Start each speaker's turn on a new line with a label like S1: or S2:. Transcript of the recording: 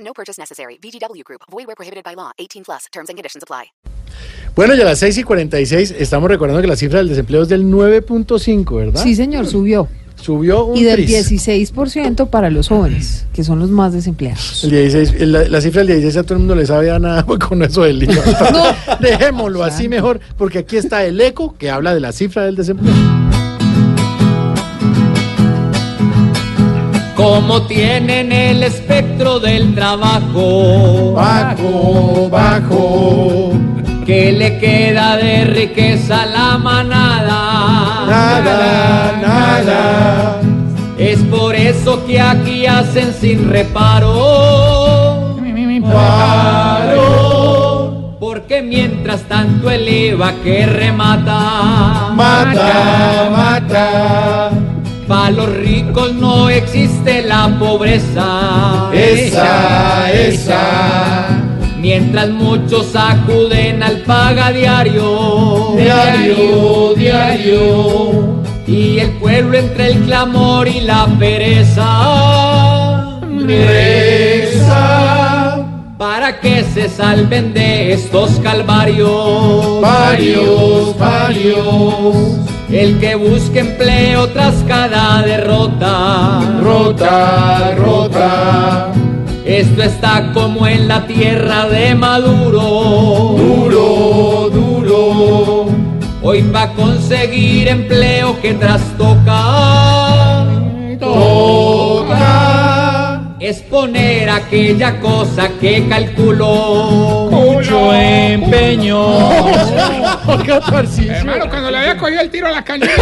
S1: No purchase necessary. VGW Group. Void where prohibited by law. 18 plus. Terms and conditions apply.
S2: Bueno, ya a las 6 y 46 estamos recordando que la cifra del desempleo es del 9.5, ¿verdad?
S3: Sí, señor, subió.
S2: Subió un
S3: Y del
S2: tris.
S3: 16% para los jóvenes, que son los más desempleados.
S2: El 16, el- la, la cifra del 16 a todo el mundo le sabe a nada pues, con eso del IVA. Dejémoslo así mejor, porque aquí está el eco que habla de la cifra del desempleo.
S4: como tienen el espectro del trabajo,
S2: Bajo, bajo,
S4: que le queda de riqueza a la manada.
S2: nada, nada.
S4: Es por eso que aquí hacen sin reparo. Paro. Porque mientras tanto el IVA que remata.
S2: Mata, mata,
S4: Para los ricos no existe la pobreza.
S2: Esa, esa.
S4: Mientras muchos acuden al paga diario.
S2: Diario,
S4: diario. Y el pueblo entre el clamor y la pereza. Para que se salven de estos calvarios.
S2: Varios, varios.
S4: El que busque empleo tras cada derrota.
S2: Rota, rota,
S4: Esto está como en la tierra de Maduro.
S2: duro, duro.
S4: Hoy va a conseguir empleo que trastoca.
S2: Toca,
S4: Es poner aquella cosa que calculó.
S2: Mucho
S4: empeño.
S2: Oiga, Tarcisio.
S5: Hermano, cuando le había cogido el tiro a la cañera.